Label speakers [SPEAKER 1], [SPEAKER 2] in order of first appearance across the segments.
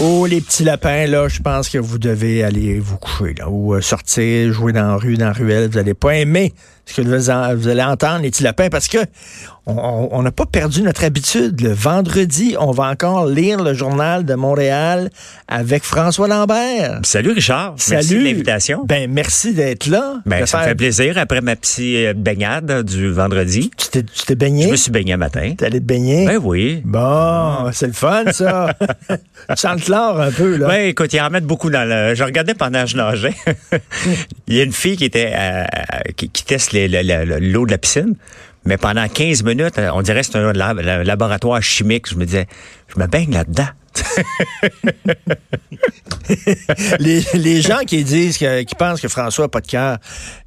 [SPEAKER 1] Oh, les petits lapins, là, je pense que vous devez aller vous coucher, là, ou euh, sortir, jouer dans la rue, dans la ruelle. Vous n'allez pas aimer ce que vous, en- vous allez entendre, les petits lapins, parce que on- on on n'a pas perdu notre habitude. Le vendredi, on va encore lire le journal de Montréal avec François Lambert.
[SPEAKER 2] Salut Richard. Merci de
[SPEAKER 1] Salut.
[SPEAKER 2] l'invitation.
[SPEAKER 1] Ben, merci d'être là.
[SPEAKER 2] Ben,
[SPEAKER 1] De
[SPEAKER 2] ça me
[SPEAKER 1] faire-
[SPEAKER 2] fait plaisir après ma petite euh, baignade euh, du vendredi.
[SPEAKER 1] Tu t'es, tu t'es baigné?
[SPEAKER 2] Je me suis baigné un matin.
[SPEAKER 1] T'es allé te baigner?
[SPEAKER 2] Ben oui.
[SPEAKER 1] Bon, c'est le fun, ça. tu sens le chlore un peu, là.
[SPEAKER 2] Ben écoute, ils en mettent beaucoup dans le. Je regardais pendant que je nageais. Il y a une fille qui était euh, qui, qui teste les- le- le- le- l'eau de la piscine, mais pendant 15 minutes, euh, on dirait que c'est un lab- un laboratoire chimique. Je me disais, je me baigne là-dedans.
[SPEAKER 1] les, les gens qui disent que- qui pensent que François n'a pas de cœur,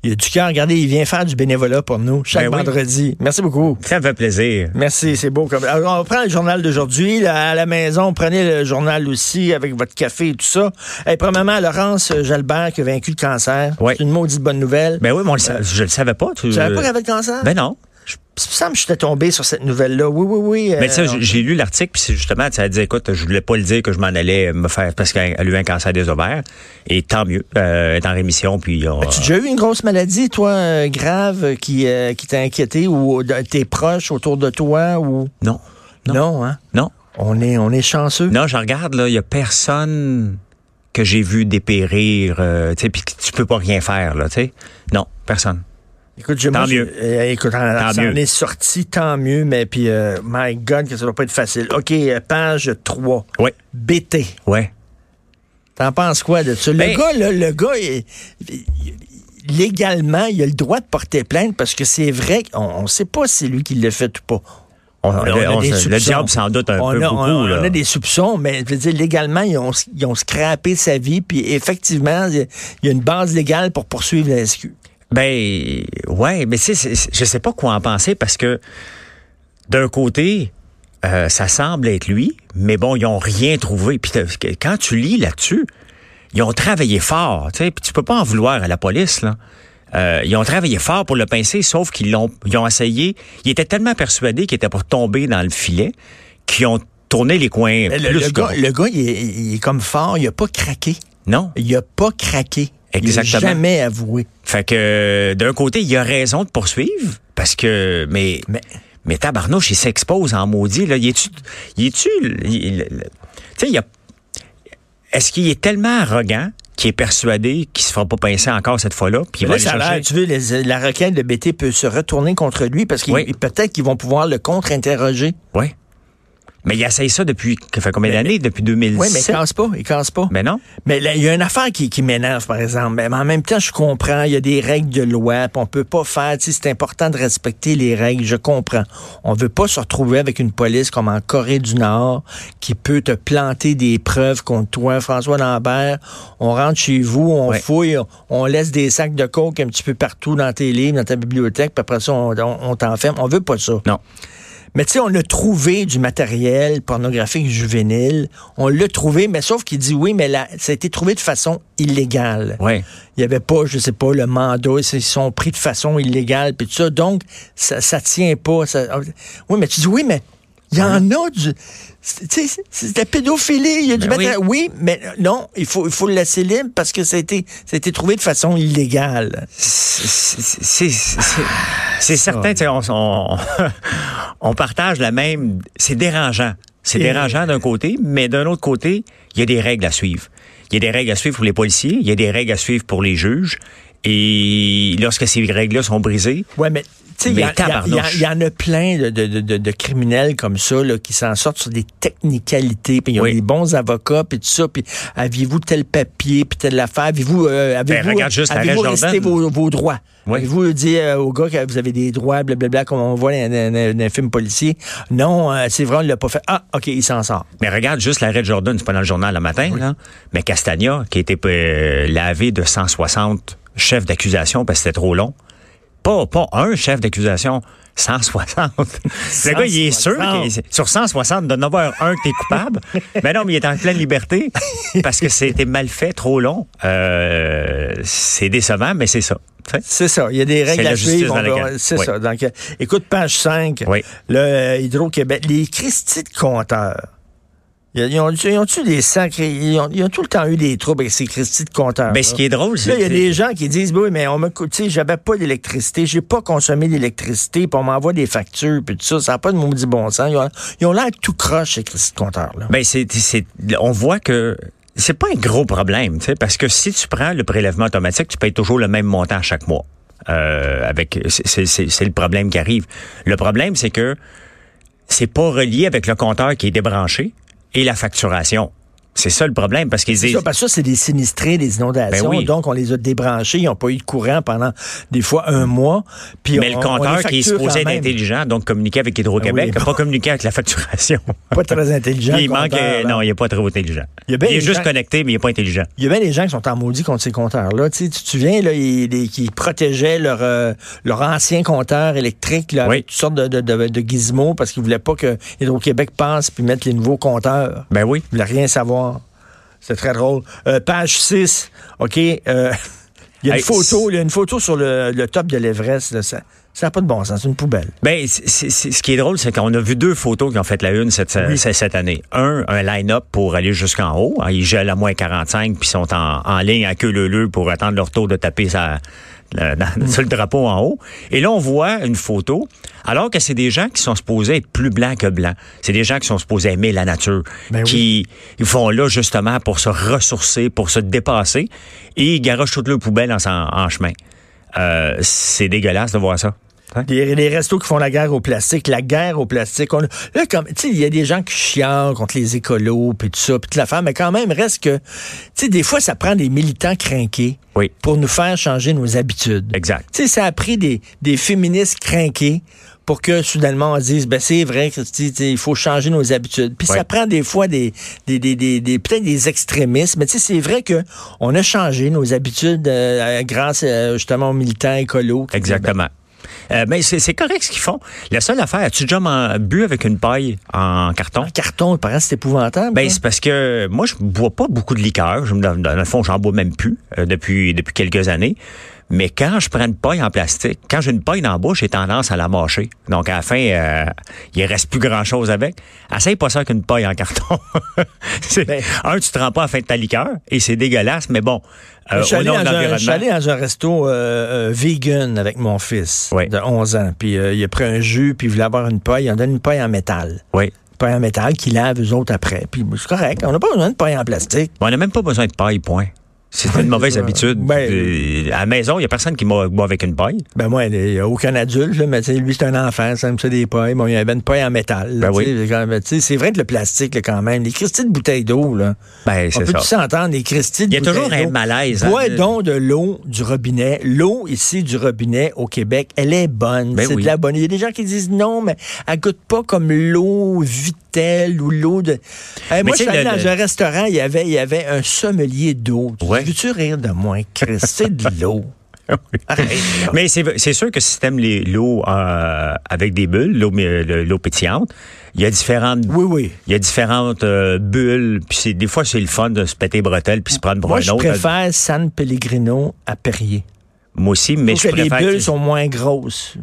[SPEAKER 1] il a du cœur. Regardez, il vient faire du bénévolat pour nous chaque
[SPEAKER 2] Ben oui.
[SPEAKER 1] vendredi. Merci beaucoup.
[SPEAKER 2] Ça me fait plaisir.
[SPEAKER 1] Merci, c'est beau. Comme... Alors, on prend le journal d'aujourd'hui. là, à la maison, prenez le journal aussi avec votre café et tout ça. Et premièrement, Laurence Jalbert qui a vaincu le cancer.
[SPEAKER 2] Oui.
[SPEAKER 1] C'est une maudite bonne nouvelle.
[SPEAKER 2] Ben oui, mais on le sa- je le savais pas. Tu
[SPEAKER 1] tu savais pas qu'elle avait le cancer?
[SPEAKER 2] Ben non.
[SPEAKER 1] Il me semble que j'étais tombé sur cette nouvelle-là. Oui, oui, oui. euh,
[SPEAKER 2] Mais Ben, ça,
[SPEAKER 1] on-
[SPEAKER 2] j'ai- j'ai lu l'article, puis c'est justement, ça dit, écoute, je voulais pas le dire que je m'en allais me faire parce qu'elle a eu un cancer des ovaires, et tant mieux, euh, elle est en rémission, puis on,
[SPEAKER 1] As-tu déjà eu une grosse maladie, toi, euh, grave, euh, qui, euh, qui t'a inquiété ou euh, de- tes proches autour de toi ou
[SPEAKER 2] non,
[SPEAKER 1] non,
[SPEAKER 2] Non.
[SPEAKER 1] hein?
[SPEAKER 2] non,
[SPEAKER 1] On est, on est chanceux.
[SPEAKER 2] non, je regarde là, il y a personne que j'ai vu dépérir, euh, tu sais, puis que tu peux pas rien faire là, tu sais, non, personne.
[SPEAKER 1] Écoute, j'ai-
[SPEAKER 2] Tant
[SPEAKER 1] moi, j'ai-
[SPEAKER 2] mieux.
[SPEAKER 1] euh, écoute, on,
[SPEAKER 2] Tant
[SPEAKER 1] ça
[SPEAKER 2] mieux.
[SPEAKER 1] en est sorti, tant mieux, mais puis, euh, my God, que ça doit pas être facile. OK, euh, page 3.
[SPEAKER 2] Ouais,
[SPEAKER 1] BT.
[SPEAKER 2] ouais.
[SPEAKER 1] T'en penses quoi de ça? Le
[SPEAKER 2] Ben-
[SPEAKER 1] gars, là, le gars, il- il- il- légalement, il a le droit de porter plainte parce que c'est vrai qu'on ne sait pas si c'est lui qui l'a fait ou pas.
[SPEAKER 2] On- on- Ben on- le
[SPEAKER 1] soupçons.
[SPEAKER 2] diable s'en doute un
[SPEAKER 1] on
[SPEAKER 2] peu
[SPEAKER 1] a,
[SPEAKER 2] beaucoup,
[SPEAKER 1] On, on
[SPEAKER 2] là.
[SPEAKER 1] a des soupçons, mais je veux dire, légalement, ils ont, ils ont scrappé sa vie, puis effectivement, il y a- il y a une base légale pour poursuivre la SQ.
[SPEAKER 2] Ben, ouais, mais tu sais, c'est- c'est- je sais pas quoi en penser parce que d'un côté, euh, ça semble être lui, mais bon, ils ont rien trouvé. Puis t'as- que- quand tu lis là-dessus, ils ont travaillé fort, tu sais, puis tu peux pas en vouloir à la police là. Euh, ils ont travaillé fort pour le pincer, sauf qu'ils l'ont, ils ont essayé. Ils étaient tellement persuadés qu'ils étaient pour tomber dans le filet qu'ils ont tourné les coins
[SPEAKER 1] Le,
[SPEAKER 2] plus
[SPEAKER 1] le
[SPEAKER 2] gros.
[SPEAKER 1] gars, le gars, il est, il est comme fort, il a pas craqué.
[SPEAKER 2] Non.
[SPEAKER 1] Il a pas craqué. Il a
[SPEAKER 2] Exactement.
[SPEAKER 1] jamais avoué.
[SPEAKER 2] Fait que euh, d'un côté, il a raison de poursuivre parce que mais
[SPEAKER 1] Mais-
[SPEAKER 2] mais, tabarnouche, il s'expose en maudit là, il est tu il est tu tu sais il a- est-ce qu'il est tellement arrogant qu'il est persuadé qu'il se fera pas pincer encore cette fois-là puis il va
[SPEAKER 1] Là,
[SPEAKER 2] aller
[SPEAKER 1] ça a l'air,
[SPEAKER 2] chercher
[SPEAKER 1] tu veux, les- la requête de BT peut se retourner contre lui parce que
[SPEAKER 2] Oui.
[SPEAKER 1] peut-être qu'ils vont pouvoir le contre-interroger.
[SPEAKER 2] Ouais. Mais il essaye ça depuis ça fait combien d'années depuis 2007
[SPEAKER 1] Oui, mais il casse pas, il casse pas.
[SPEAKER 2] Mais non.
[SPEAKER 1] Mais là, il y a une affaire qui, qui m'énerve, par exemple. Mais en même temps, je comprends, il y a des règles de loi, puis on peut pas faire, tu sais, c'est important de respecter les règles, je comprends. On veut pas se retrouver avec une police comme en Corée du Nord, qui peut te planter des preuves contre toi, François Lambert. On rentre chez vous, on
[SPEAKER 2] Ouais.
[SPEAKER 1] fouille, on, on laisse des sacs de coke un petit peu partout dans tes livres, dans ta bibliothèque, puis après ça, on, on- on t'enferme. On veut pas ça.
[SPEAKER 2] Non.
[SPEAKER 1] Mais tu sais, on a trouvé du matériel pornographique juvénile. On l'a trouvé, mais sauf qu'il dit oui, mais là, ça a été trouvé de façon illégale.
[SPEAKER 2] Ouais.
[SPEAKER 1] Il n'y avait pas, je sais pas, le mandat, ils se sont pris de façon illégale, puis tout ça. Donc, ça, ça tient pas. ça- ah, Oui, mais tu dis oui, mais il y en a du. c'est- Tu sais, c'est- c'est de la pédophilie. Il y a du
[SPEAKER 2] Ben
[SPEAKER 1] matériel. Oui. mais non, il faut, il faut le laisser libre parce que ça a été, ça a été trouvé de façon illégale.
[SPEAKER 2] C'est- c'est- c'est c'est certain, tu sais, on, on, on partage la même. C'est dérangeant. C'est
[SPEAKER 1] Et-
[SPEAKER 2] dérangeant d'un côté, mais d'un autre côté, il y a des règles à suivre. Il y a des règles à suivre pour les policiers, il y a des règles à suivre pour les juges. Et lorsque ces règles-là sont brisées,
[SPEAKER 1] Ouais, mais tu sais, il y,
[SPEAKER 2] Mais
[SPEAKER 1] a- il y a- il y a-
[SPEAKER 2] tabarnouche.
[SPEAKER 1] il y en a plein de, de- de- de- de criminels comme ça là, qui s'en sortent sur des technicalités, puis ils ont
[SPEAKER 2] Oui.
[SPEAKER 1] des bons avocats, puis tout ça, puis aviez-vous tel papier, puis telle affaire, avez-vous euh, avez-vous
[SPEAKER 2] Ben, regarde juste l'arrêt
[SPEAKER 1] avez-vous
[SPEAKER 2] Jordan.
[SPEAKER 1] resté vos, vos droits,
[SPEAKER 2] Oui.
[SPEAKER 1] avez-vous dit euh, au gars que vous avez des droits, blablabla, comme on voit dans, dans- dans- dans un film policier, non, euh, c'est vrai on l'a pas fait, ah, ok, il s'en sort.
[SPEAKER 2] mais regarde juste l'arrêt de Jordan, c'est pas dans le journal le matin, là, mais Castagna, qui a été euh, lavé de 160 chefs d'accusation parce que c'était trop long. Pas, pas un chef d'accusation, 160. Le gars, il est sûr
[SPEAKER 1] 160.
[SPEAKER 2] qu'il est- sur 160, de 9 h 1 que t'es coupable. mais non, mais il est en pleine liberté parce que c'était mal fait, trop long. Euh, c'est décevant, mais c'est ça. Tu sais?
[SPEAKER 1] C'est ça. Il y a des règles
[SPEAKER 2] la
[SPEAKER 1] à
[SPEAKER 2] justice
[SPEAKER 1] suivre. on
[SPEAKER 2] dans
[SPEAKER 1] va-
[SPEAKER 2] laquelle-
[SPEAKER 1] C'est
[SPEAKER 2] Oui.
[SPEAKER 1] ça. Donc, euh, écoute, page 5.
[SPEAKER 2] Oui.
[SPEAKER 1] Le euh, Hydro-Québec. Les Christie de compteurs. Ils ont, ils ont eu des sacrés. Ils ont, ils ont tout le temps eu des troubles avec ces Christie de compteurs.
[SPEAKER 2] Mais ce
[SPEAKER 1] là.
[SPEAKER 2] qui est drôle, c'est
[SPEAKER 1] Là, il y a
[SPEAKER 2] que-
[SPEAKER 1] des gens qui disent, ben oui, mais on me coûte, tu sais, j'avais pas d'électricité, j'ai pas consommé d'électricité, puis on m'envoie des factures, puis tout ça, ça n'a pas de maudit bon sens. Ils ont- Ils ont l'air tout croche, ces Christie de compteurs, là.
[SPEAKER 2] Ben c'est, c'est- on voit que c'est pas un gros problème, tu sais, parce que si tu prends le prélèvement automatique, tu payes toujours le même montant chaque mois. Euh, avec, c'est- c'est, c'est- c'est le problème qui arrive. Le problème, c'est que c'est pas relié avec le compteur qui est débranché et la facturation. C'est ça le problème, parce qu'ils
[SPEAKER 1] C'est
[SPEAKER 2] disent,
[SPEAKER 1] ça, parce que ça, c'est des sinistrés, des inondations.
[SPEAKER 2] Ben oui.
[SPEAKER 1] Donc, on les a débranchés. Ils n'ont pas eu de courant pendant des fois un mois. Puis
[SPEAKER 2] mais
[SPEAKER 1] on-
[SPEAKER 2] le
[SPEAKER 1] on les
[SPEAKER 2] compteur qui est
[SPEAKER 1] facture
[SPEAKER 2] supposé être
[SPEAKER 1] quand même.
[SPEAKER 2] intelligent, donc communiquer avec Hydro-Québec,
[SPEAKER 1] Ah oui,
[SPEAKER 2] n'a pas communiqué avec la facturation.
[SPEAKER 1] Pas très intelligent.
[SPEAKER 2] il
[SPEAKER 1] le
[SPEAKER 2] manque, euh,
[SPEAKER 1] compteur, là.
[SPEAKER 2] non, il est pas trop intelligent.
[SPEAKER 1] Il y a
[SPEAKER 2] Il,
[SPEAKER 1] bien
[SPEAKER 2] est
[SPEAKER 1] des
[SPEAKER 2] juste
[SPEAKER 1] gens-
[SPEAKER 2] connecté, mais il est pas intelligent.
[SPEAKER 1] Il y a bien des gens qui sont en maudit contre ces compteurs-là. Tu sais, tu te souviens, là, ils- les- qui protégeaient leur, euh, leur ancien compteur électrique là,
[SPEAKER 2] Oui.
[SPEAKER 1] avec toutes sortes de, de, de, de gizmos parce qu'ils voulaient pas que Hydro-Québec passe puis mette les nouveaux compteurs.
[SPEAKER 2] Ben oui.
[SPEAKER 1] Ils voulaient rien savoir. C'est très drôle. Euh, page 6, OK. euh, il y a une
[SPEAKER 2] Hey,
[SPEAKER 1] photo, il y a une photo sur le, le top de l'Everest. là, Ça n'a pas de bon sens. C'est une poubelle.
[SPEAKER 2] Ben, c'est- c'est- c'est- ce qui est drôle, c'est qu'on a vu deux photos qui ont fait la une cette,
[SPEAKER 1] Oui.
[SPEAKER 2] cette- cette année. Un, un line-up pour aller jusqu'en haut. Hein, Ils gèlent à moins 45 puis sont en, en ligne à queue leu pour attendre leur tour de taper sa- la-
[SPEAKER 1] Mm.
[SPEAKER 2] dans- sur le drapeau en haut. Et là, on voit une photo, alors que c'est des gens qui sont supposés être plus blancs que blancs. C'est des gens qui sont supposés aimer la nature,
[SPEAKER 1] Ben oui.
[SPEAKER 2] qui ils, ils vont là justement pour se ressourcer, pour se dépasser, et ils garochent toutes leurs poubelles en, s'en- en chemin. Euh, c'est dégueulasse de voir ça. Hein?
[SPEAKER 1] Les, les restos qui font la guerre au plastique, la guerre au plastique. On- là, comme, tu sais, il y a des gens qui chialent contre les écolos, puis tout ça, puis toute l'affaire, mais quand même, reste que, tu sais, des fois, ça prend des militants crinqués
[SPEAKER 2] Oui.
[SPEAKER 1] pour nous faire changer nos habitudes.
[SPEAKER 2] Exact.
[SPEAKER 1] Tu sais, ça a pris des, des féministes crinqués pour que soudainement on dise ben c'est vrai Christy, tu sais, il faut changer nos habitudes puis
[SPEAKER 2] Ouais.
[SPEAKER 1] ça prend des fois des des des, des, des- peut-être des extrémistes mais tu sais c'est vrai que on a changé nos habitudes euh, grâce euh, justement aux militants écolos qui disent, ben,
[SPEAKER 2] Exactement. Euh, mais c'est c'est correct ce qu'ils font. La seule affaire, as-tu déjà m'en- bu avec une paille en carton?
[SPEAKER 1] En ben, carton, il paraît que c'est épouvantable.
[SPEAKER 2] Ben,
[SPEAKER 1] quoi.
[SPEAKER 2] c'est parce que moi, je bois pas beaucoup de liqueur. Je, me- dans, dans le fond, j'en bois même plus euh, depuis, depuis quelques années. Mais quand je prends une paille en plastique, quand j'ai une paille dans la bouche, j'ai tendance à la mâcher. Donc, à la fin, euh, il reste plus grand-chose avec. Essaye pas ça avec une paille en carton. C'est-
[SPEAKER 1] Ben-
[SPEAKER 2] un, tu te rends pas à la fin de ta liqueur, et c'est dégueulasse, mais bon, euh,
[SPEAKER 1] je suis
[SPEAKER 2] au
[SPEAKER 1] allé
[SPEAKER 2] nom de
[SPEAKER 1] dans un- je suis
[SPEAKER 2] l'environnement-
[SPEAKER 1] allé dans un resto euh, euh, vegan avec mon fils
[SPEAKER 2] Oui.
[SPEAKER 1] de 11 ans. Puis euh, il a pris un jus, puis il voulait avoir une paille. Il en donne une paille en métal.
[SPEAKER 2] Oui.
[SPEAKER 1] Une paille en métal qu'il lave eux autres après. Puis ben, c'est correct. On n'a pas besoin de paille en plastique.
[SPEAKER 2] Mais On n'a même pas besoin de paille, point. C'est une mauvaise
[SPEAKER 1] ça.
[SPEAKER 2] habitude.
[SPEAKER 1] Ben-
[SPEAKER 2] Euh, à la maison, il n'y a personne qui m'a- boit avec une paille.
[SPEAKER 1] Ben moi, il n'y a aucun adulte, là, mais tu sais, lui, c'est un enfant, ça aime ça des pailles. Bon, il y avait une paille en métal. là,
[SPEAKER 2] Ben oui.
[SPEAKER 1] tu sais, quand même, tu sais, C'est vrai que le plastique, là, quand même. Les Christie de bouteilles d'eau, là.
[SPEAKER 2] Ben,
[SPEAKER 1] On
[SPEAKER 2] c'est
[SPEAKER 1] peut
[SPEAKER 2] ça.
[SPEAKER 1] tous s'entendre, les Christie de
[SPEAKER 2] Il y a toujours
[SPEAKER 1] bouteilles
[SPEAKER 2] un
[SPEAKER 1] d'eau.
[SPEAKER 2] malaise. hein.
[SPEAKER 1] Bois donc de l'eau du robinet. L'eau ici du robinet au Québec, elle est bonne.
[SPEAKER 2] Ben
[SPEAKER 1] c'est
[SPEAKER 2] oui.
[SPEAKER 1] de la bonne. Il y a des gens qui disent non, mais elle goûte pas comme l'eau vitelle ou l'eau de. Hey, moi,
[SPEAKER 2] tu
[SPEAKER 1] je suis
[SPEAKER 2] sais,
[SPEAKER 1] allé
[SPEAKER 2] le-
[SPEAKER 1] dans
[SPEAKER 2] le-
[SPEAKER 1] un restaurant, il y avait, il y avait un sommelier d'eau. Tu
[SPEAKER 2] Ouais.
[SPEAKER 1] Veux-tu rire de moi, Chris? C'est de l'eau. Arrête, là.
[SPEAKER 2] Mais c'est c'est sûr que si t'aimes les- l'eau euh, avec des bulles, l'eau euh, le- l'eau pétillante, il y a différentes,
[SPEAKER 1] Oui, oui.
[SPEAKER 2] il y a différentes euh, bulles. Puis c'est- des fois, c'est le fun de se péter bretelles puis se prendre pour
[SPEAKER 1] Moi,
[SPEAKER 2] un
[SPEAKER 1] je
[SPEAKER 2] autre.
[SPEAKER 1] préfère San Pellegrino à Perrier.
[SPEAKER 2] Moi aussi, mais
[SPEAKER 1] Parce
[SPEAKER 2] je
[SPEAKER 1] que les
[SPEAKER 2] préfère.
[SPEAKER 1] bulles sont moins grosses.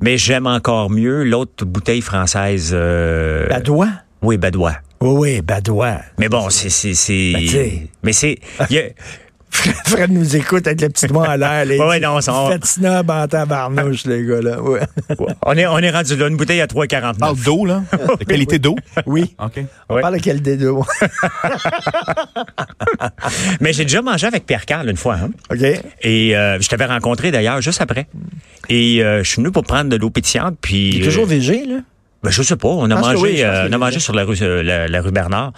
[SPEAKER 2] Mais j'aime encore mieux l'autre bouteille française. euh,
[SPEAKER 1] Badois?
[SPEAKER 2] Oui, Badois.
[SPEAKER 1] Oui, oui, Badois.
[SPEAKER 2] Mais bon, c'est c'est
[SPEAKER 1] Ben, tu
[SPEAKER 2] c'est.
[SPEAKER 1] sais.
[SPEAKER 2] Mais c'est. il y a-
[SPEAKER 1] Fred nous écoute avec le petit doigt en l'air. les-
[SPEAKER 2] Ouais, ouais, non, ça-
[SPEAKER 1] Faites snob en tabarnouche, les gars-là. Ouais.
[SPEAKER 2] on est on est rendu là une bouteille à 3,49.
[SPEAKER 3] parle d'eau, là. La qualité d'eau.
[SPEAKER 1] Oui.
[SPEAKER 3] OK.
[SPEAKER 1] On
[SPEAKER 2] Ouais.
[SPEAKER 1] parle de quel des deux? OK. Ah,
[SPEAKER 2] Mais j'ai déjà mangé avec Pierre Carl une fois. hein. Et euh, je t'avais rencontré d'ailleurs juste après. Et euh, je suis venu pour prendre de l'eau pétillante. Puis,
[SPEAKER 1] Il est toujours
[SPEAKER 2] euh,
[SPEAKER 1] végé, là.
[SPEAKER 2] ben, je sais pas. On a
[SPEAKER 1] pense que
[SPEAKER 2] mangé,
[SPEAKER 1] oui, je pense
[SPEAKER 2] euh,
[SPEAKER 1] qu'il
[SPEAKER 2] on a
[SPEAKER 1] est
[SPEAKER 2] mangé
[SPEAKER 1] végé.
[SPEAKER 2] sur la rue, euh, la, la rue Bernard.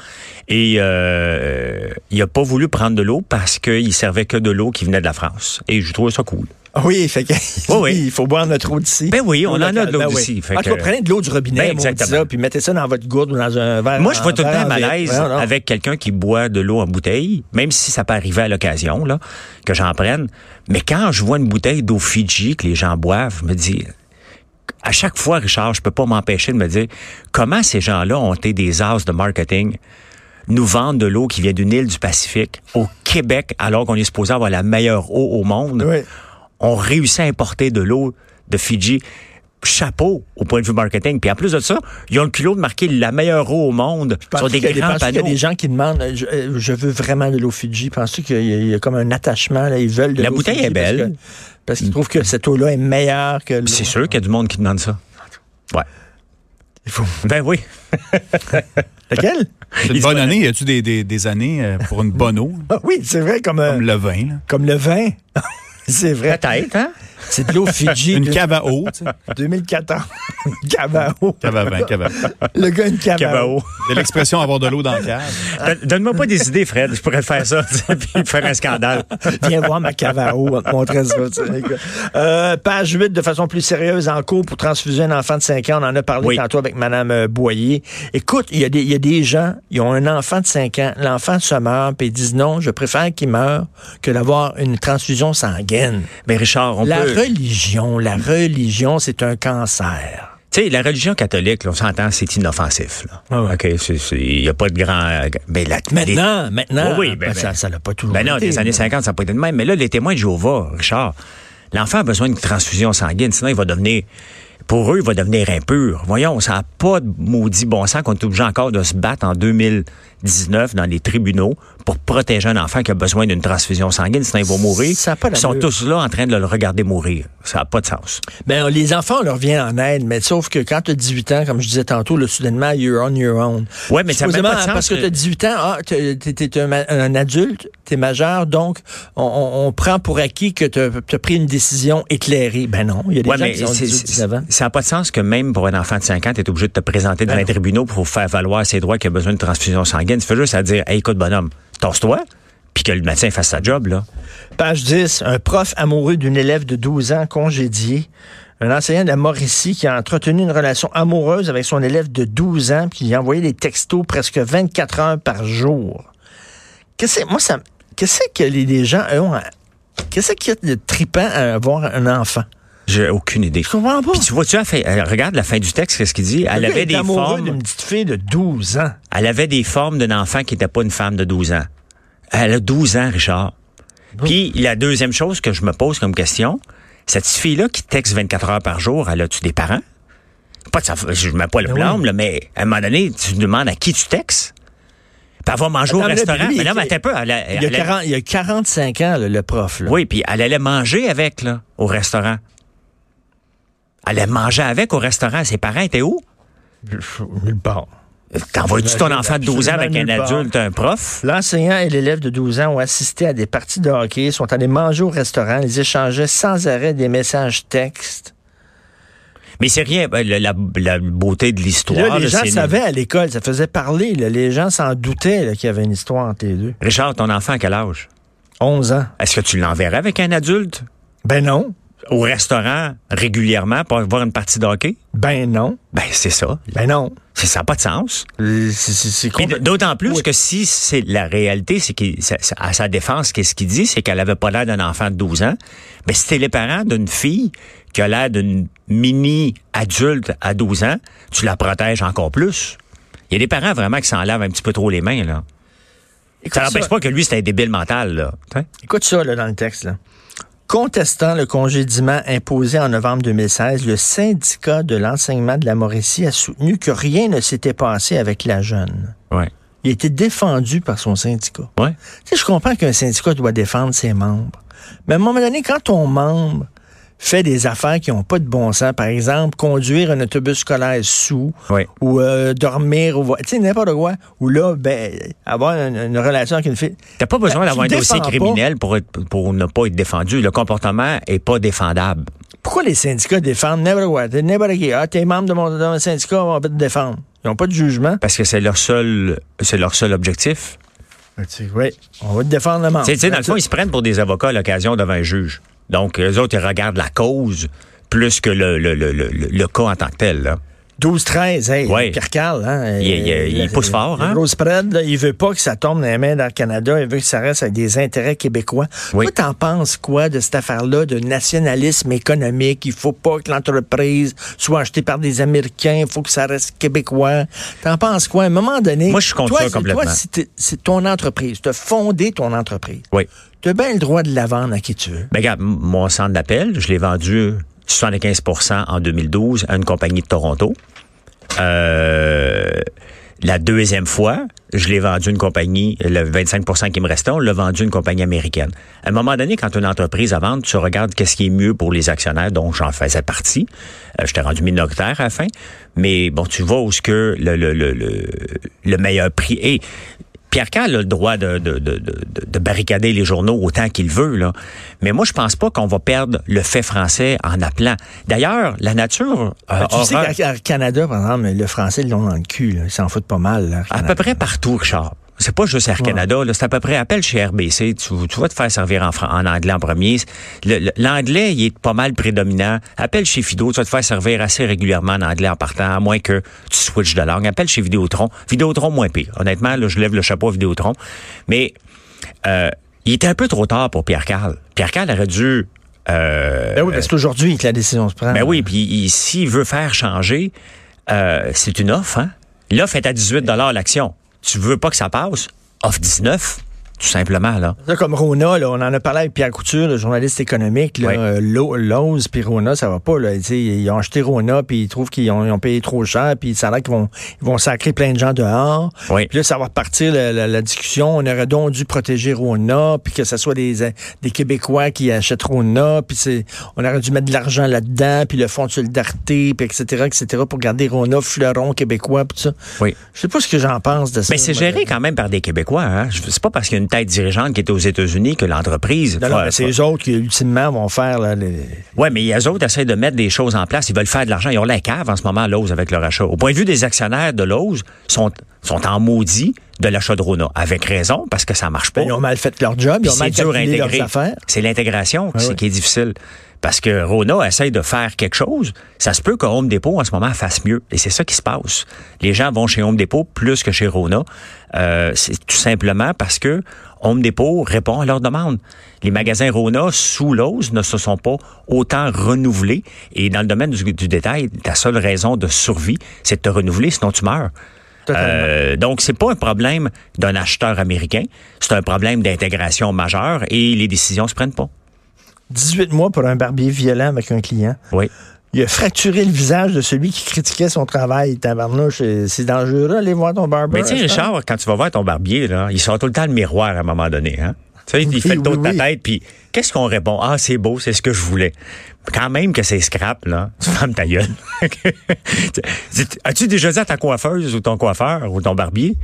[SPEAKER 2] Et euh, il a pas voulu prendre de l'eau parce qu'il servait que de l'eau qui venait de la France. Et je trouvais ça cool.
[SPEAKER 1] Ah Oui, fait que,
[SPEAKER 2] Oui, oui.
[SPEAKER 1] il faut boire notre eau d'ici.
[SPEAKER 2] Ben oui, on
[SPEAKER 1] L'eau
[SPEAKER 2] en a de
[SPEAKER 1] locale,
[SPEAKER 2] l'eau
[SPEAKER 1] ben oui.
[SPEAKER 2] d'ici, fait
[SPEAKER 1] En tout cas,
[SPEAKER 2] que-
[SPEAKER 1] prenez de l'eau du robinet,
[SPEAKER 2] Ben,
[SPEAKER 1] maudit
[SPEAKER 2] exactement.
[SPEAKER 1] ça, puis mettez ça dans votre gourde ou dans un verre.
[SPEAKER 2] Moi, je vois
[SPEAKER 1] en-
[SPEAKER 2] tout le
[SPEAKER 1] verre
[SPEAKER 2] temps
[SPEAKER 1] en
[SPEAKER 2] mal à
[SPEAKER 1] verre.
[SPEAKER 2] l'aise
[SPEAKER 1] Ouais, non.
[SPEAKER 2] avec quelqu'un qui boit de l'eau en bouteille, même si ça peut arriver à l'occasion, là, que j'en prenne. Mais quand je vois une bouteille d'eau Fidji que les gens boivent, je me dis, à chaque fois, Richard, je peux pas m'empêcher de me dire, comment ces gens-là ont été des as de marketing nous vendent de l'eau qui vient d'une île du Pacifique au Québec, alors qu'on est supposé avoir la meilleure eau au monde.
[SPEAKER 1] Oui.
[SPEAKER 2] On réussit à importer de l'eau de Fidji. chapeau au point de vue marketing. Puis en plus de ça, ils ont le culot de marquer la meilleure eau au monde sur des
[SPEAKER 1] qu'il y a-
[SPEAKER 2] grands
[SPEAKER 1] penses-tu qu'il y a
[SPEAKER 2] panneaux.
[SPEAKER 1] des gens qui demandent euh, je, euh, je veux vraiment de l'eau Fidji. Penses-tu qu'il y, a- il y a comme un attachement là, ils veulent de
[SPEAKER 2] La
[SPEAKER 1] l'eau
[SPEAKER 2] bouteille
[SPEAKER 1] Fidji
[SPEAKER 2] est belle.
[SPEAKER 1] parce que- Parce qu'ils trouvent que cette eau-là est meilleure que l'eau.
[SPEAKER 2] C'est sûr qu'il y a du monde qui demande ça. Ouais.
[SPEAKER 1] Il faut-
[SPEAKER 2] Ben oui.
[SPEAKER 1] Laquelle?
[SPEAKER 3] C'est une bonne année. Y a-tu des, des, des années euh, pour une bonne eau?
[SPEAKER 1] Ah oui, c'est vrai, comme, euh,
[SPEAKER 3] Comme
[SPEAKER 1] comme,
[SPEAKER 3] le vin, là.
[SPEAKER 1] le vin. c'est vrai.
[SPEAKER 2] Peut-être, hein?
[SPEAKER 1] C'est de l'eau Fidji.
[SPEAKER 3] Une
[SPEAKER 1] de-
[SPEAKER 3] cave à eau, tu sais.
[SPEAKER 1] 2014. Cavao.
[SPEAKER 3] Cave à vin, cave à vin.
[SPEAKER 1] Le gars, une cavao.
[SPEAKER 2] Cabao.
[SPEAKER 3] De l'expression avoir de l'eau dans la cave.
[SPEAKER 1] Ah.
[SPEAKER 2] Don- Donne-moi pas des idées, Fred. Je pourrais te faire ça, tu sais, puis faire un scandale.
[SPEAKER 1] Viens voir ma cavao, on va te montrer ça. tu sais, les gars. Euh, page 8, de façon plus sérieuse, en cours pour transfuser un enfant de 5 ans. On en a parlé
[SPEAKER 2] Oui.
[SPEAKER 1] tantôt avec Mme euh, Boyer. Écoute, il y, a des- il y a des gens, ils ont un enfant de 5 ans, l'enfant se meurt, puis ils disent non, je préfère qu'il meure que d'avoir une transfusion sanguine.
[SPEAKER 2] Mais Ben, Richard, on
[SPEAKER 1] La
[SPEAKER 2] peut...
[SPEAKER 1] religion, la religion, c'est un cancer.
[SPEAKER 2] Tu sais, la religion catholique, là, on s'entend, c'est inoffensif. Là.
[SPEAKER 1] Ah ouais.
[SPEAKER 2] OK, c'est- c'est- il n'y a pas de grand... Mais la, les-
[SPEAKER 1] Maintenant, maintenant,
[SPEAKER 2] Oui, oui, ben, ben.
[SPEAKER 1] ça ça l'a pas toujours
[SPEAKER 2] Ben non,
[SPEAKER 1] été,
[SPEAKER 2] des années
[SPEAKER 1] mais-
[SPEAKER 2] 50, ça n'a pas été de même. Mais là, les témoins de Jéhovah, Richard, l'enfant a besoin d'une transfusion sanguine, sinon il va devenir... Pour eux, il va devenir impur. Voyons, ça n'a pas de maudit bon sens qu'on est obligé encore de se battre en 2019 dans les tribunaux pour protéger un enfant qui a besoin d'une transfusion sanguine, sinon il va mourir.
[SPEAKER 1] Ça a pas
[SPEAKER 2] Ils sont
[SPEAKER 1] d'allure.
[SPEAKER 2] tous là en train de le regarder mourir. Ça n'a pas de sens.
[SPEAKER 1] Ben, les enfants, on leur vient en aide, mais sauf que quand tu as 18 ans, comme je disais tantôt, le soudainement, you're on your own.
[SPEAKER 2] Ouais, mais ça n'a même
[SPEAKER 1] Supposément,
[SPEAKER 2] pas de sens
[SPEAKER 1] Parce que
[SPEAKER 2] que-
[SPEAKER 1] tu as 18 ans, ah, tu un, ma- un adulte, tu es majeur, donc on, on- on prend pour acquis que tu as, pris une décision éclairée. Ben non, il y a des
[SPEAKER 2] Ouais,
[SPEAKER 1] gens
[SPEAKER 2] mais
[SPEAKER 1] qui ont
[SPEAKER 2] c'est-
[SPEAKER 1] 18, 19 ans.
[SPEAKER 2] c'est- ça n'a pas de sens que même pour un enfant de 5 ans, tu es obligé de te présenter devant
[SPEAKER 1] Ben
[SPEAKER 2] les tribunaux pour faire valoir ses droits qui a besoin de transfusion sanguine. Tu fais juste à dire, hey, écoute, bonhomme, tasse-toi, puis que le médecin fasse sa job, là.
[SPEAKER 1] Page 10, un prof amoureux d'une élève de 12 ans congédiée. Un enseignant de la Mauricie qui a entretenu une relation amoureuse avec son élève de 12 ans, puis il a envoyé des textos presque 24 heures par jour. Qu'est-ce que moi ça qu'est-ce que les, les gens eux, ont à- qu'est-ce qu'il y a de tripant à avoir un enfant
[SPEAKER 2] J'ai aucune idée.
[SPEAKER 1] Je comprends pas.
[SPEAKER 2] Puis tu vois-tu, à la fin- euh, regarde la fin du texte, qu'est-ce qu'il dit? Elle
[SPEAKER 1] Le gars
[SPEAKER 2] avait
[SPEAKER 1] est
[SPEAKER 2] des
[SPEAKER 1] amoureux
[SPEAKER 2] formes.
[SPEAKER 1] d'une petite fille de 12 ans.
[SPEAKER 2] Elle avait des formes d'un enfant qui n'était pas une femme de 12 ans. Elle a 12 ans, Richard. Puis la deuxième chose que je me pose comme question, cette fille-là qui texte 24 heures par jour, elle a-tu des parents? Pas de sa- je ne mets pas le
[SPEAKER 1] Ben
[SPEAKER 2] blâme,
[SPEAKER 1] oui.
[SPEAKER 2] là, mais à un moment donné, tu te demandes à qui tu textes. Puis elle va manger au
[SPEAKER 1] Attends, là,
[SPEAKER 2] restaurant.
[SPEAKER 1] puis lui,
[SPEAKER 2] mais non,
[SPEAKER 1] il-
[SPEAKER 2] mais attends un peu. Elle, a-
[SPEAKER 1] Il y a,
[SPEAKER 2] elle a-
[SPEAKER 1] 40 il y a 45 ans, le, le prof. là.
[SPEAKER 2] Oui, puis elle allait manger avec, là, au restaurant. Elle allait manger avec au restaurant. Ses parents étaient où?
[SPEAKER 1] Nulle part.
[SPEAKER 2] T'envoies-tu ton enfant de 12 ans avec un
[SPEAKER 1] Absolument nulle part.
[SPEAKER 2] adulte, un prof?
[SPEAKER 1] L'enseignant et l'élève de 12 ans ont assisté à des parties de hockey, sont allés manger au restaurant, ils échangeaient sans arrêt des messages textes.
[SPEAKER 2] Mais c'est rien, ben, le- la, la beauté de
[SPEAKER 1] Puis
[SPEAKER 2] l'histoire.
[SPEAKER 1] là, les
[SPEAKER 2] là,
[SPEAKER 1] gens
[SPEAKER 2] c'est-
[SPEAKER 1] savaient à l'école, ça faisait parler, là. les gens s'en doutaient là, qu'il y avait une histoire entre les deux.
[SPEAKER 2] Richard, ton enfant, à quel âge?
[SPEAKER 1] 11 ans.
[SPEAKER 2] Est-ce que tu l'enverrais avec un adulte
[SPEAKER 1] Ben non,
[SPEAKER 2] au restaurant régulièrement pour voir une partie de hockey?
[SPEAKER 1] ben non,
[SPEAKER 2] Ben, c'est ça.
[SPEAKER 1] ben non.
[SPEAKER 2] C'est- Ça n'a pas de sens.
[SPEAKER 1] Euh, C'est- C'est c'est
[SPEAKER 2] Puis d-
[SPEAKER 1] complètement-
[SPEAKER 2] D'autant plus
[SPEAKER 1] Oui.
[SPEAKER 2] que si c'est la réalité, c'est qu'il- ça- ça- à sa défense, qu'est-ce qu'il dit, c'est qu'elle avait pas l'air d'un enfant de 12 ans. Mais si t'es les parents d'une fille qui a l'air d'une mini adulte à 12 ans, tu la protèges encore plus. Il y a des parents vraiment qui s'en lavent un petit peu trop les mains, là.
[SPEAKER 1] Écoute
[SPEAKER 2] Ça n'empêche
[SPEAKER 1] ça.
[SPEAKER 2] pas que lui, c'est un débile mental, là. T'sais?
[SPEAKER 1] Écoute ça là, dans le texte. là. Contestant le congédiement imposé en novembre 2016, le syndicat de l'enseignement de la Mauricie a soutenu que rien ne s'était passé avec la jeune.
[SPEAKER 2] Ouais.
[SPEAKER 1] Il a été défendu par son syndicat.
[SPEAKER 2] Ouais.
[SPEAKER 1] Tu sais, je comprends qu'un syndicat doit défendre ses membres. Mais à un moment donné, quand ton membre fait des affaires qui n'ont pas de bon sens, par exemple, conduire un autobus scolaire sous,
[SPEAKER 2] Oui.
[SPEAKER 1] ou euh, dormir, au vo- tu sais, n'importe quoi, ou là, ben, avoir une, une relation avec une fille.
[SPEAKER 2] T'as pas besoin
[SPEAKER 1] Ben,
[SPEAKER 2] d'avoir un
[SPEAKER 1] tu le
[SPEAKER 2] dossier
[SPEAKER 1] défends pas.
[SPEAKER 2] criminel pour, être- pour ne pas être défendu. Le comportement est pas défendable.
[SPEAKER 1] Pourquoi les syndicats défendent n'importe quoi? T'es n'importe qui. Ah, t'es membre de mon, de mon syndicat, on va te défendre. Ils n'ont pas de jugement.
[SPEAKER 2] Parce que c'est leur seul, c'est leur seul objectif.
[SPEAKER 1] Oui, on va te défendre le membre. Ben,
[SPEAKER 2] Tu sais, tu sais, dans le fond, ils se prennent pour des avocats à l'occasion devant un juge. Donc, eux autres, ils regardent la cause plus que le, le, le, le, le- le cas en tant que tel. là.
[SPEAKER 1] 12-13, hey,
[SPEAKER 2] Ouais.
[SPEAKER 1] Pierre Karl, hein,
[SPEAKER 2] Il- il-
[SPEAKER 1] euh,
[SPEAKER 2] il
[SPEAKER 1] la-
[SPEAKER 2] pousse fort,
[SPEAKER 1] la
[SPEAKER 2] hein?
[SPEAKER 1] grosse spread, là, il veut pas que ça tombe dans les mains d'Air Canada, il veut que ça reste avec des intérêts québécois.
[SPEAKER 2] Oui.
[SPEAKER 1] Toi, t'en penses quoi de cette affaire-là de nationalisme économique? Il faut pas que l'entreprise soit achetée par des Américains, il faut que ça reste québécois. T'en penses quoi? À un moment donné,
[SPEAKER 2] Moi, je suis contre
[SPEAKER 1] toi,
[SPEAKER 2] ça
[SPEAKER 1] c'est-
[SPEAKER 2] complètement.
[SPEAKER 1] Toi, c'est- c'est ton entreprise, t'as fondé ton entreprise.
[SPEAKER 2] Oui.
[SPEAKER 1] T'as bien le droit de la vendre à qui tu veux.
[SPEAKER 2] Ben, regarde, m- mon centre d'appel, je l'ai vendu 75 en 2012 à une compagnie de Toronto. Euh, la deuxième fois, je l'ai vendu à une compagnie, le 25 qui me restait, on l'a vendu à une compagnie américaine. À un moment donné, quand une entreprise à vendre, tu regardes qu'est-ce qui est mieux pour les actionnaires, dont j'en faisais partie. Euh, J'étais rendu minoritaire à la fin. Mais bon, tu vois où ce que le, le, le, le, le meilleur prix est. Pierre Kahn a le droit de, de, de, de, de barricader les journaux autant qu'il veut, là. Mais moi, je pense pas qu'on va perdre le fait français en appelant. D'ailleurs, la nature euh,
[SPEAKER 1] tu sais
[SPEAKER 2] aura-
[SPEAKER 1] qu'à qu'à Canada, par exemple, le français, ils l'ont dans le cul. là. Ils s'en foutent pas mal. là,
[SPEAKER 2] À
[SPEAKER 1] Canada.
[SPEAKER 2] peu près partout, Richard. C'est pas juste Air Canada, là, c'est à peu près appel chez RBC. Tu, tu vas te faire servir en, fran- en anglais en premier. Le- le- L'anglais, il est pas mal prédominant. Appelle chez Fido, tu vas te faire servir assez régulièrement en anglais en partant, à moins que tu switches de langue. Appelle chez Vidéotron. Vidéotron moins pire. Honnêtement, là, je lève le chapeau à Vidéotron. Mais euh, il était un peu trop tard pour Pierre Carl. Pierre Carl aurait dû euh,
[SPEAKER 1] Ben oui, parce qu'aujourd'hui que la décision se prend.
[SPEAKER 2] ben oui, puis il- s'il veut faire changer, euh, c'est une offre. Hein? L'offre est à 18 l'action. Tu veux pas que ça passe? Offre 19, tout simplement. là.
[SPEAKER 1] Là, comme Rona, là, on en a parlé avec Pierre Couture, le journaliste économique. là,
[SPEAKER 2] Oui.
[SPEAKER 1] euh, Lo- Lowe's puis Rona, ça va pas. Là. Tu sais, Ils ont acheté Rona, puis ils trouvent qu'ils ont, ils ont payé trop cher, puis ça a l'air qu'ils vont, ils vont sacrer plein de gens dehors.
[SPEAKER 2] Oui.
[SPEAKER 1] Puis là, ça va repartir la, la- la discussion. On aurait donc dû protéger Rona, puis que ce soit des, euh, des Québécois qui achètent Rona, puis c'est- on aurait dû mettre de l'argent là-dedans, puis le fonds de solidarité, puis etc., etc., pour garder Rona, fleuron québécois, puis tout ça.
[SPEAKER 2] Oui.
[SPEAKER 1] Je sais pas ce que j'en pense de ça.
[SPEAKER 2] Mais Ben, c'est
[SPEAKER 1] moi,
[SPEAKER 2] géré
[SPEAKER 1] de-
[SPEAKER 2] quand même par des Québécois. Hein? Je- C'est pas parce qu'il y a une tête dirigeante qui était aux États-Unis que l'entreprise.
[SPEAKER 1] Non, non, mais c'est eux autres qui, ultimement, vont faire là, les...
[SPEAKER 2] Oui, mais les autres essaient de mettre des choses en place. Ils veulent faire de l'argent. Ils ont la cave en ce moment à Lowe's avec leur achat. Au point de vue des actionnaires de Lowe's, sont, sont en maudit de l'achat de Rona. Avec raison, parce que ça marche pas.
[SPEAKER 1] Ben, Ils ont mal fait leur job, ils
[SPEAKER 2] Puis
[SPEAKER 1] ont mal
[SPEAKER 2] c'est dur à
[SPEAKER 1] calculé leurs
[SPEAKER 2] intégrer.
[SPEAKER 1] affaires. Ah
[SPEAKER 2] C'est l'intégration qui-
[SPEAKER 1] oui.
[SPEAKER 2] qui est difficile. Parce que Rona essaye de faire quelque chose. Ça se peut que Home Depot, en ce moment, fasse mieux. Et c'est ça qui se passe. Les gens vont chez Home Depot plus que chez Rona. Euh, c'est tout simplement parce que Home Depot répond à leurs demandes. Les magasins Rona sous l'ose ne se sont pas autant renouvelés. Et dans le domaine du, du détail, ta seule raison de survie, c'est de te renouveler, sinon tu meurs.
[SPEAKER 1] Totalement.
[SPEAKER 2] Euh, donc, c'est pas un problème d'un acheteur américain. C'est un problème d'intégration majeure et les décisions se prennent pas.
[SPEAKER 1] 18 mois pour un barbier violent avec un client.
[SPEAKER 2] Oui.
[SPEAKER 1] Il a fracturé le visage de celui qui critiquait son travail. Tabarnouche, euh, c'est dangereux, allez voir ton barber.
[SPEAKER 2] Mais tu sais,
[SPEAKER 1] Richard.
[SPEAKER 2] Richard, quand tu vas voir ton barbier, là, il sort tout le temps le miroir à un moment donné. Hein? Tu sais, il fait le
[SPEAKER 1] Oui,
[SPEAKER 2] dos de ta
[SPEAKER 1] oui, oui.
[SPEAKER 2] tête, puis qu'est-ce qu'on répond? Ah, c'est beau, c'est ce que je voulais. Quand même que c'est scrap, là, tu fermes ta gueule. Tu- As-tu déjà dit à ta coiffeuse ou ton coiffeur ou ton barbier,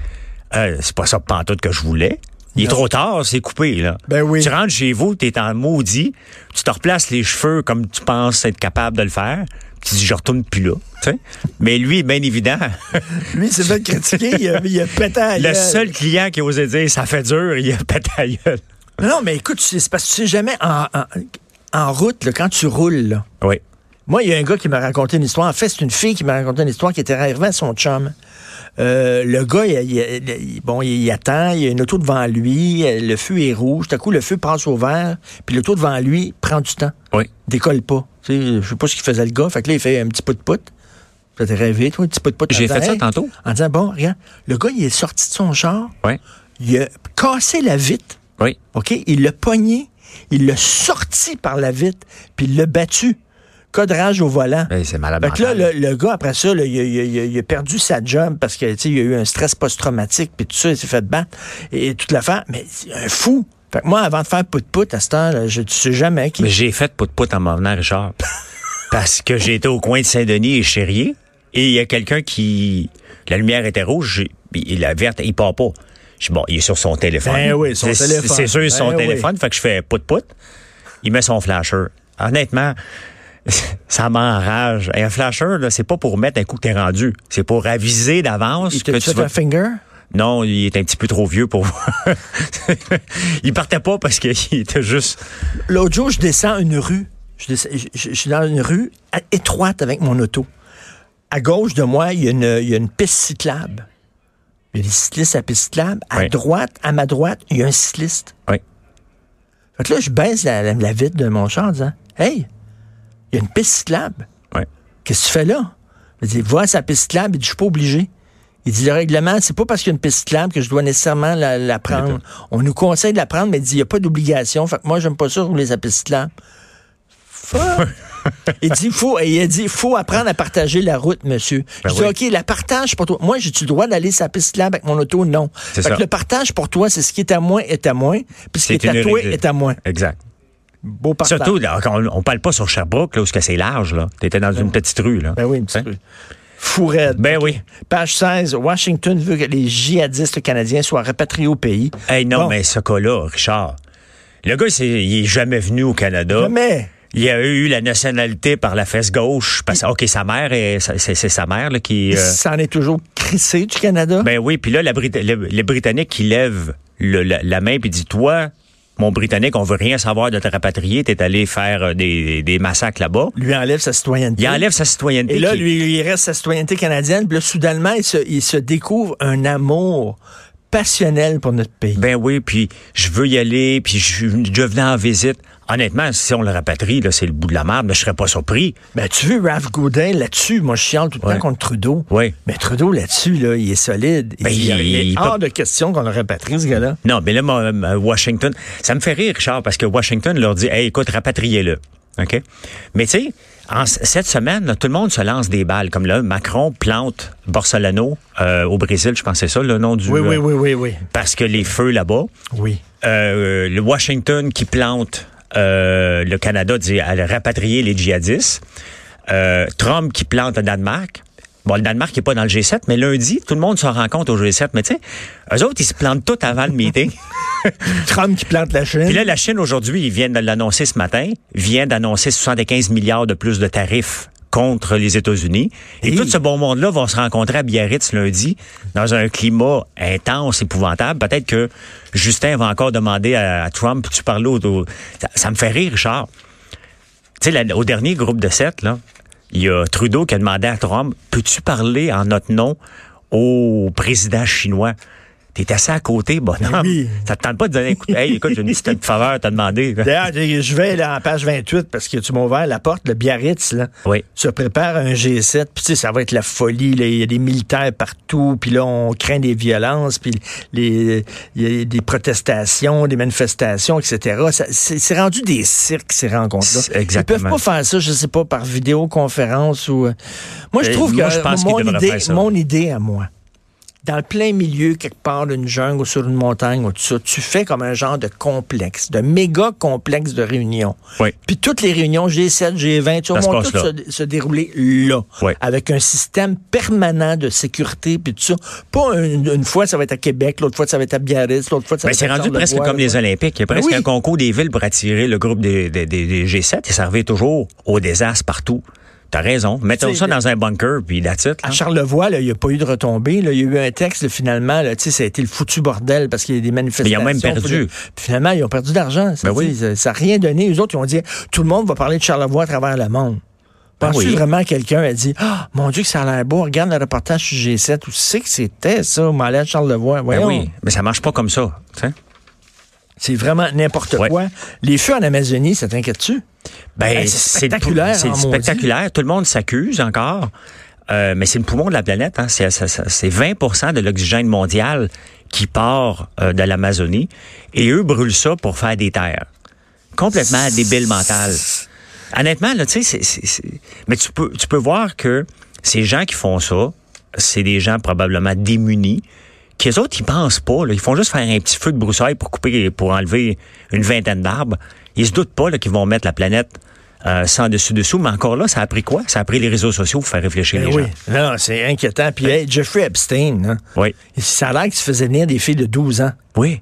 [SPEAKER 2] Euh, c'est pas ça pantoute que je voulais? Il est trop tard, c'est coupé, là.
[SPEAKER 1] Ben oui.
[SPEAKER 2] Tu rentres chez vous, t'es en maudit, tu te replaces les cheveux comme tu penses être capable de le faire, puis tu dis, je retourne plus là. tu sais. Mais lui, bien évident,
[SPEAKER 1] Lui, il s'est fait critiquer, il a, il a pété à la gueule.
[SPEAKER 2] le seul client qui osait dire ça fait dur, il a pété la gueule.
[SPEAKER 1] Non, non, mais écoute, c'est c'est parce que tu sais jamais en, en- en route, là, quand tu roules, là,
[SPEAKER 2] Oui.
[SPEAKER 1] Moi, il y a un gars qui m'a raconté une histoire. En fait, c'est une fille qui m'a raconté une histoire qui était arrivée à son chum. Euh, le gars, il, il- il- bon, il, il attend, il y a une auto devant lui, euh, le feu est rouge, tout à coup, le feu passe au vert, puis l'auto devant lui prend du temps,
[SPEAKER 2] Oui.
[SPEAKER 1] décolle pas. Tu sais, je sais pas ce qu'il faisait le gars, fait que là, il fait un petit pot de pout. Ça t'est rêvé, toi, un petit pot de pout.
[SPEAKER 2] J'ai
[SPEAKER 1] en
[SPEAKER 2] fait
[SPEAKER 1] disant,
[SPEAKER 2] ça
[SPEAKER 1] Hey,
[SPEAKER 2] tantôt.
[SPEAKER 1] En disant, bon, regarde, le gars, il est sorti de son char,
[SPEAKER 2] Oui.
[SPEAKER 1] il a cassé la vitre,
[SPEAKER 2] Oui.
[SPEAKER 1] OK? Il l'a pogné, il l'a sorti par la vitre, puis il l'a battu. Cas de rage au volant.
[SPEAKER 2] Ben, c'est malade.
[SPEAKER 1] Fait que là,
[SPEAKER 2] mental.
[SPEAKER 1] le, le gars, après ça, là, il, a- il a- il a- il a perdu sa job parce que, tu sais, il a eu un stress post-traumatique, puis tout ça, il s'est fait battre, et, toute l'affaire. Mais c'est un fou. Fait que moi, avant de faire pout-pout, à ce temps-là, je ne sais jamais qui.
[SPEAKER 2] Mais j'ai fait pout-pout en m'en venant, Richard. parce que j'étais au coin de Saint-Denis et Chérier, et il y a quelqu'un qui. La lumière était rouge, j'ai- il la verte, il part pas. Je dis, bon, il est sur son téléphone.
[SPEAKER 1] Ben oui, son
[SPEAKER 2] C'est-
[SPEAKER 1] téléphone.
[SPEAKER 2] C'est sûr, son
[SPEAKER 1] Ben oui.
[SPEAKER 2] téléphone. Fait que je fais pout-pout. Il met son flasher. Honnêtement, ça m'enrage. Et Un flasher, là, c'est pas pour mettre un coup que t'es rendu. C'est pour aviser d'avance
[SPEAKER 1] Il
[SPEAKER 2] que
[SPEAKER 1] t'a
[SPEAKER 2] tu
[SPEAKER 1] fait
[SPEAKER 2] vas
[SPEAKER 1] un finger?
[SPEAKER 2] Non, il est un petit peu trop vieux pour. il partait pas parce qu'il était juste.
[SPEAKER 1] L'autre jour, je descends une rue. Je, descends- je- je- je suis dans une rue à- étroite avec mon auto. À gauche de moi, il y a une, il y a une piste cyclable. Il y a des cyclistes à piste cyclable. À
[SPEAKER 2] Oui.
[SPEAKER 1] droite, à ma droite, il y a un cycliste.
[SPEAKER 2] Oui.
[SPEAKER 1] Fait que là, je baisse la, la- la vitre de mon char en disant Hey, il y a une piste cyclable.
[SPEAKER 2] Oui.
[SPEAKER 1] Qu'est-ce que tu fais là? Il dit Vois sa piste cyclable. Il dit Je suis pas obligé. Il dit Le règlement, c'est pas parce qu'il y a une piste cyclable que je dois nécessairement la, la prendre. On nous conseille de la prendre, mais il dit Il n'y a pas d'obligation. Fait que moi, j'aime pas ça rouler sa piste cyclable. Fuck! il dit faut, il a dit faut apprendre à partager la route, monsieur.
[SPEAKER 2] Ben
[SPEAKER 1] je dis
[SPEAKER 2] oui.
[SPEAKER 1] ok, la partage pour toi. Moi, j'ai-tu le droit d'aller sur la piste cyclable avec mon auto Non.
[SPEAKER 2] C'est
[SPEAKER 1] Fait
[SPEAKER 2] ça.
[SPEAKER 1] que le partage pour toi, c'est ce qui est à moi est à moi, puis ce qui
[SPEAKER 2] C'est
[SPEAKER 1] est,
[SPEAKER 2] une
[SPEAKER 1] à toi
[SPEAKER 2] règle.
[SPEAKER 1] est à moi.
[SPEAKER 2] Exact.
[SPEAKER 1] Beau partage.
[SPEAKER 2] Surtout, là, quand on, on parle pas sur Sherbrooke, là, où ce que c'est large, là. T'étais dans une petite rue, là.
[SPEAKER 1] Ben oui, un petit
[SPEAKER 2] Hein?
[SPEAKER 1] peu. Fou raide.
[SPEAKER 2] Ben oui.
[SPEAKER 1] Page 16, Washington veut que les djihadistes canadiens soient rapatriés au pays.
[SPEAKER 2] Hey, non,
[SPEAKER 1] Bon.
[SPEAKER 2] mais ce cas-là, Richard, le gars, c'est- il est jamais venu au Canada.
[SPEAKER 1] Mais
[SPEAKER 2] Il a eu la nationalité par la fesse gauche. Parce, OK, sa mère, est- c'est c'est sa mère là, qui...
[SPEAKER 1] il
[SPEAKER 2] euh,
[SPEAKER 1] s'en est toujours crissé du Canada.
[SPEAKER 2] ben oui, puis là, la Brit- le, le Britannique qui lève le- la, la main puis dit, toi, mon Britannique, on veut rien savoir de te rapatrier, t'es allé faire euh, des, des massacres là-bas.
[SPEAKER 1] lui enlève sa citoyenneté.
[SPEAKER 2] Il enlève sa citoyenneté.
[SPEAKER 1] Et là,
[SPEAKER 2] qui-
[SPEAKER 1] lui, il reste sa citoyenneté canadienne. Puis là, soudainement, il se, il se découvre un amour passionnel pour notre pays.
[SPEAKER 2] Ben oui, puis je veux y aller, puis je, je venais en visite. Honnêtement, si on le rapatrie, là, c'est le bout de la merde, mais je serais pas surpris.
[SPEAKER 1] Ben, tu veux Ralph Godin là-dessus? Moi, je chiale tout le temps
[SPEAKER 2] Ouais.
[SPEAKER 1] contre Trudeau.
[SPEAKER 2] Ouais.
[SPEAKER 1] Mais Trudeau là-dessus, là, il est solide.
[SPEAKER 2] Ben,
[SPEAKER 1] il,
[SPEAKER 2] il-
[SPEAKER 1] il est
[SPEAKER 2] il
[SPEAKER 1] hors
[SPEAKER 2] peut-
[SPEAKER 1] de question qu'on le rapatrie, ce gars-là.
[SPEAKER 2] Non, mais là, mon- mon Washington, ça me fait rire, Richard, parce que Washington leur dit, hey, écoute, rapatriez-le. OK? Mais tu sais, en c- cette semaine, là, tout le monde se lance des balles. Comme là, Macron plante Borsolano euh, au Brésil, je pense que c'est ça le nom du...
[SPEAKER 1] Oui, oui,
[SPEAKER 2] euh,
[SPEAKER 1] oui, oui, oui.
[SPEAKER 2] Parce que les feux là-bas.
[SPEAKER 1] Oui.
[SPEAKER 2] Euh, le Washington qui plante euh, le Canada dit à rapatrier les djihadistes. Euh, Trump qui plante le Danemark. Bon, le Danemark n'est pas dans le G7, mais lundi, tout le monde se rend compte au G7. Mais tu sais, eux autres, ils se plantent tout avant le meeting.
[SPEAKER 1] Trump qui plante la Chine.
[SPEAKER 2] Puis là, la Chine, aujourd'hui, ils viennent de l'annoncer ce matin, vient d'annoncer 75 milliards de plus de tarifs contre les États-Unis. Et
[SPEAKER 1] Hey.
[SPEAKER 2] tout ce bon monde-là va se rencontrer à Biarritz lundi dans un climat intense, épouvantable. Peut-être que Justin va encore demander à, à Trump, tu parles au... au- Ça, ça me fait rire, Richard. Tu sais, la- au dernier groupe de sept, là, il y a Trudeau qui a demandé à Trump, peux-tu parler en notre nom au président chinois? T'es assez à côté, bonhomme.
[SPEAKER 1] Oui.
[SPEAKER 2] Ça te tente pas de donner un coup de- Hey, écoute, j'ai une petite faveur à te demander.
[SPEAKER 1] D'ailleurs, je je vais là, en page 28 parce que tu m'as ouvert la porte, le Biarritz, là.
[SPEAKER 2] Oui.
[SPEAKER 1] Se prépare un G7, puis tu sais, ça va être la folie, là. il y a des militaires partout, puis là, on craint des violences, puis les, il y a des protestations, des manifestations, etc. Ça- C'est c'est rendu des cirques, ces rencontres-là.
[SPEAKER 2] C'est- exactement.
[SPEAKER 1] Ils peuvent pas faire ça, je sais pas, par vidéoconférence ou... euh, Moi, je
[SPEAKER 2] Euh,
[SPEAKER 1] trouve
[SPEAKER 2] moi,
[SPEAKER 1] que
[SPEAKER 2] je pense
[SPEAKER 1] mon,
[SPEAKER 2] qu'ils devraient
[SPEAKER 1] idée,
[SPEAKER 2] faire ça.
[SPEAKER 1] mon idée à moi, dans le plein milieu, quelque part d'une jungle ou sur une montagne ou tout ça, tu fais comme un genre de complexe, de méga complexe de réunion.
[SPEAKER 2] Oui.
[SPEAKER 1] Puis toutes les réunions G7, G20, tu vois,
[SPEAKER 2] Ça se
[SPEAKER 1] vont
[SPEAKER 2] passe
[SPEAKER 1] toutes
[SPEAKER 2] là.
[SPEAKER 1] se, se dérouler là,
[SPEAKER 2] Oui.
[SPEAKER 1] avec un système permanent de sécurité, puis tout ça. Pas une, une fois, ça va être à Québec, l'autre fois, ça va être à Biarritz, l'autre fois, ça va
[SPEAKER 2] Ben,
[SPEAKER 1] être
[SPEAKER 2] c'est
[SPEAKER 1] à
[SPEAKER 2] rendu
[SPEAKER 1] Charlevoix,
[SPEAKER 2] presque comme
[SPEAKER 1] l'autre
[SPEAKER 2] les
[SPEAKER 1] fois.
[SPEAKER 2] Olympiques. Il y a presque
[SPEAKER 1] Ben oui.
[SPEAKER 2] un concours des villes pour attirer le groupe des, des- des- des G7 et ça revient toujours au désastre partout. T'as raison. Mettons
[SPEAKER 1] C'est-
[SPEAKER 2] ça dans un bunker, puis that's it, là.
[SPEAKER 1] À Charlevoix, là, il n'y a pas eu de retombées. là. Il y a eu un texte, là, finalement, là, tu sais, ça a été le foutu bordel parce qu'il y a des manifestations.
[SPEAKER 2] même perdu.
[SPEAKER 1] Puis finalement, ils ont perdu d'argent. Ça
[SPEAKER 2] Ben oui.
[SPEAKER 1] dit, ça n'a rien donné. Les autres, ils ont dit, tout le monde va parler de Charlevoix à travers le monde.
[SPEAKER 2] Ben
[SPEAKER 1] Penses-tu
[SPEAKER 2] oui.
[SPEAKER 1] vraiment que quelqu'un a dit, Ah, mon Dieu, que ça a l'air beau, regarde le reportage sur G7, où c'est que c'était ça, on allait à Charlevoix.
[SPEAKER 2] Ben
[SPEAKER 1] Voyons.
[SPEAKER 2] oui, mais ça marche pas comme ça. tu sais.
[SPEAKER 1] C'est vraiment n'importe
[SPEAKER 2] Ouais.
[SPEAKER 1] quoi. Les feux en Amazonie, ça t'inquiète-tu?
[SPEAKER 2] Ben,
[SPEAKER 1] Hey, c'est
[SPEAKER 2] c'est
[SPEAKER 1] spectaculaire, hein,
[SPEAKER 2] C'est
[SPEAKER 1] en maudit.
[SPEAKER 2] spectaculaire. Tout le monde s'accuse encore. Euh, mais c'est le poumon de la planète. Hein. C'est, ça- ça- c'est 20 de l'oxygène mondial qui part euh, de l'Amazonie. Et eux brûlent ça pour faire des terres. Complètement débile mental. Honnêtement, là, tu sais, c'est, c'est- c'est- mais tu peux, tu peux voir que ces gens qui font ça, c'est des gens probablement démunis. Qu'ils autres, ils pensent pas, là. Ils font juste faire un petit feu de broussaille pour couper, pour enlever une vingtaine d'arbres. Ils se doutent pas, là, qu'ils vont mettre la planète, euh, sans dessus-dessous. Mais encore là, ça a pris quoi? Ça a pris les réseaux sociaux pour faire réfléchir
[SPEAKER 1] Ben
[SPEAKER 2] les
[SPEAKER 1] oui.
[SPEAKER 2] gens. Ben
[SPEAKER 1] Non, c'est inquiétant. Puis, hey, Jeffrey Epstein, hein.
[SPEAKER 2] Oui.
[SPEAKER 1] ça a l'air qu'il se faisait venir des filles de 12 ans.
[SPEAKER 2] Oui.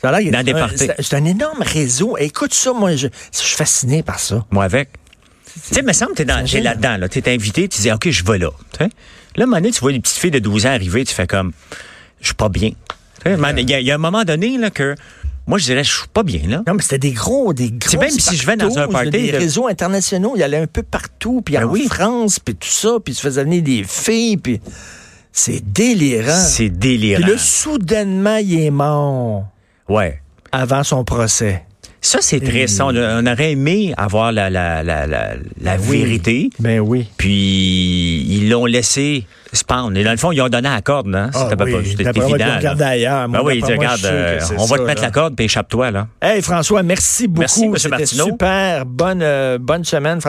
[SPEAKER 1] Ça a l'air qu'il y a
[SPEAKER 2] Dans des
[SPEAKER 1] un-
[SPEAKER 2] parties.
[SPEAKER 1] C'est c'est un énorme réseau. Écoute ça, moi, je, je suis fasciné par ça.
[SPEAKER 2] Moi avec. Tu sais, me semble que t'es, dans,
[SPEAKER 1] gêne.
[SPEAKER 2] t'es là-dedans, là. T'es invité, tu dis, OK, je vais là. Tu sais. Là, à un moment donné, tu vois une petite fille de 12 ans arriver, tu fais comme, je suis pas bien. Tu sais, à un moment donné, Il y, a- il y a un moment donné, là, que moi, je dirais, je suis pas bien, là.
[SPEAKER 1] Non, mais c'était des gros, des gros.
[SPEAKER 2] même si je vais dans un party
[SPEAKER 1] Des
[SPEAKER 2] de-
[SPEAKER 1] réseaux internationaux, il allait un peu partout, puis
[SPEAKER 2] Ben
[SPEAKER 1] en
[SPEAKER 2] oui.
[SPEAKER 1] France, puis tout ça, puis il se faisait venir des filles, puis c'est délirant.
[SPEAKER 2] C'est
[SPEAKER 1] Ah. Puis
[SPEAKER 2] délirant.
[SPEAKER 1] là, soudainement, il est mort
[SPEAKER 2] Ouais.
[SPEAKER 1] avant son procès.
[SPEAKER 2] Ça, c'est triste. On, on aurait aimé avoir la, la, la, la, la vérité.
[SPEAKER 1] Ben oui.
[SPEAKER 2] Puis, ils l'ont laissé se pendre. Et dans le fond, ils ont donné la corde, hein?
[SPEAKER 1] Ah
[SPEAKER 2] C'était pas-
[SPEAKER 1] oui,
[SPEAKER 2] c'était
[SPEAKER 1] d'après moi, ils l'ont
[SPEAKER 2] évident.
[SPEAKER 1] gardé
[SPEAKER 2] là.
[SPEAKER 1] ailleurs. Moi,
[SPEAKER 2] Ben oui, ils
[SPEAKER 1] d'après
[SPEAKER 2] disent,
[SPEAKER 1] moi, je
[SPEAKER 2] regarde,
[SPEAKER 1] suis sûr
[SPEAKER 2] euh,
[SPEAKER 1] que c'est
[SPEAKER 2] on va
[SPEAKER 1] ça,
[SPEAKER 2] te mettre
[SPEAKER 1] là.
[SPEAKER 2] la corde, puis échappe-toi, là.
[SPEAKER 1] Hey, François, merci beaucoup.
[SPEAKER 2] Monsieur
[SPEAKER 1] C'était
[SPEAKER 2] Martineau.
[SPEAKER 1] super. Bonne, euh, bonne semaine,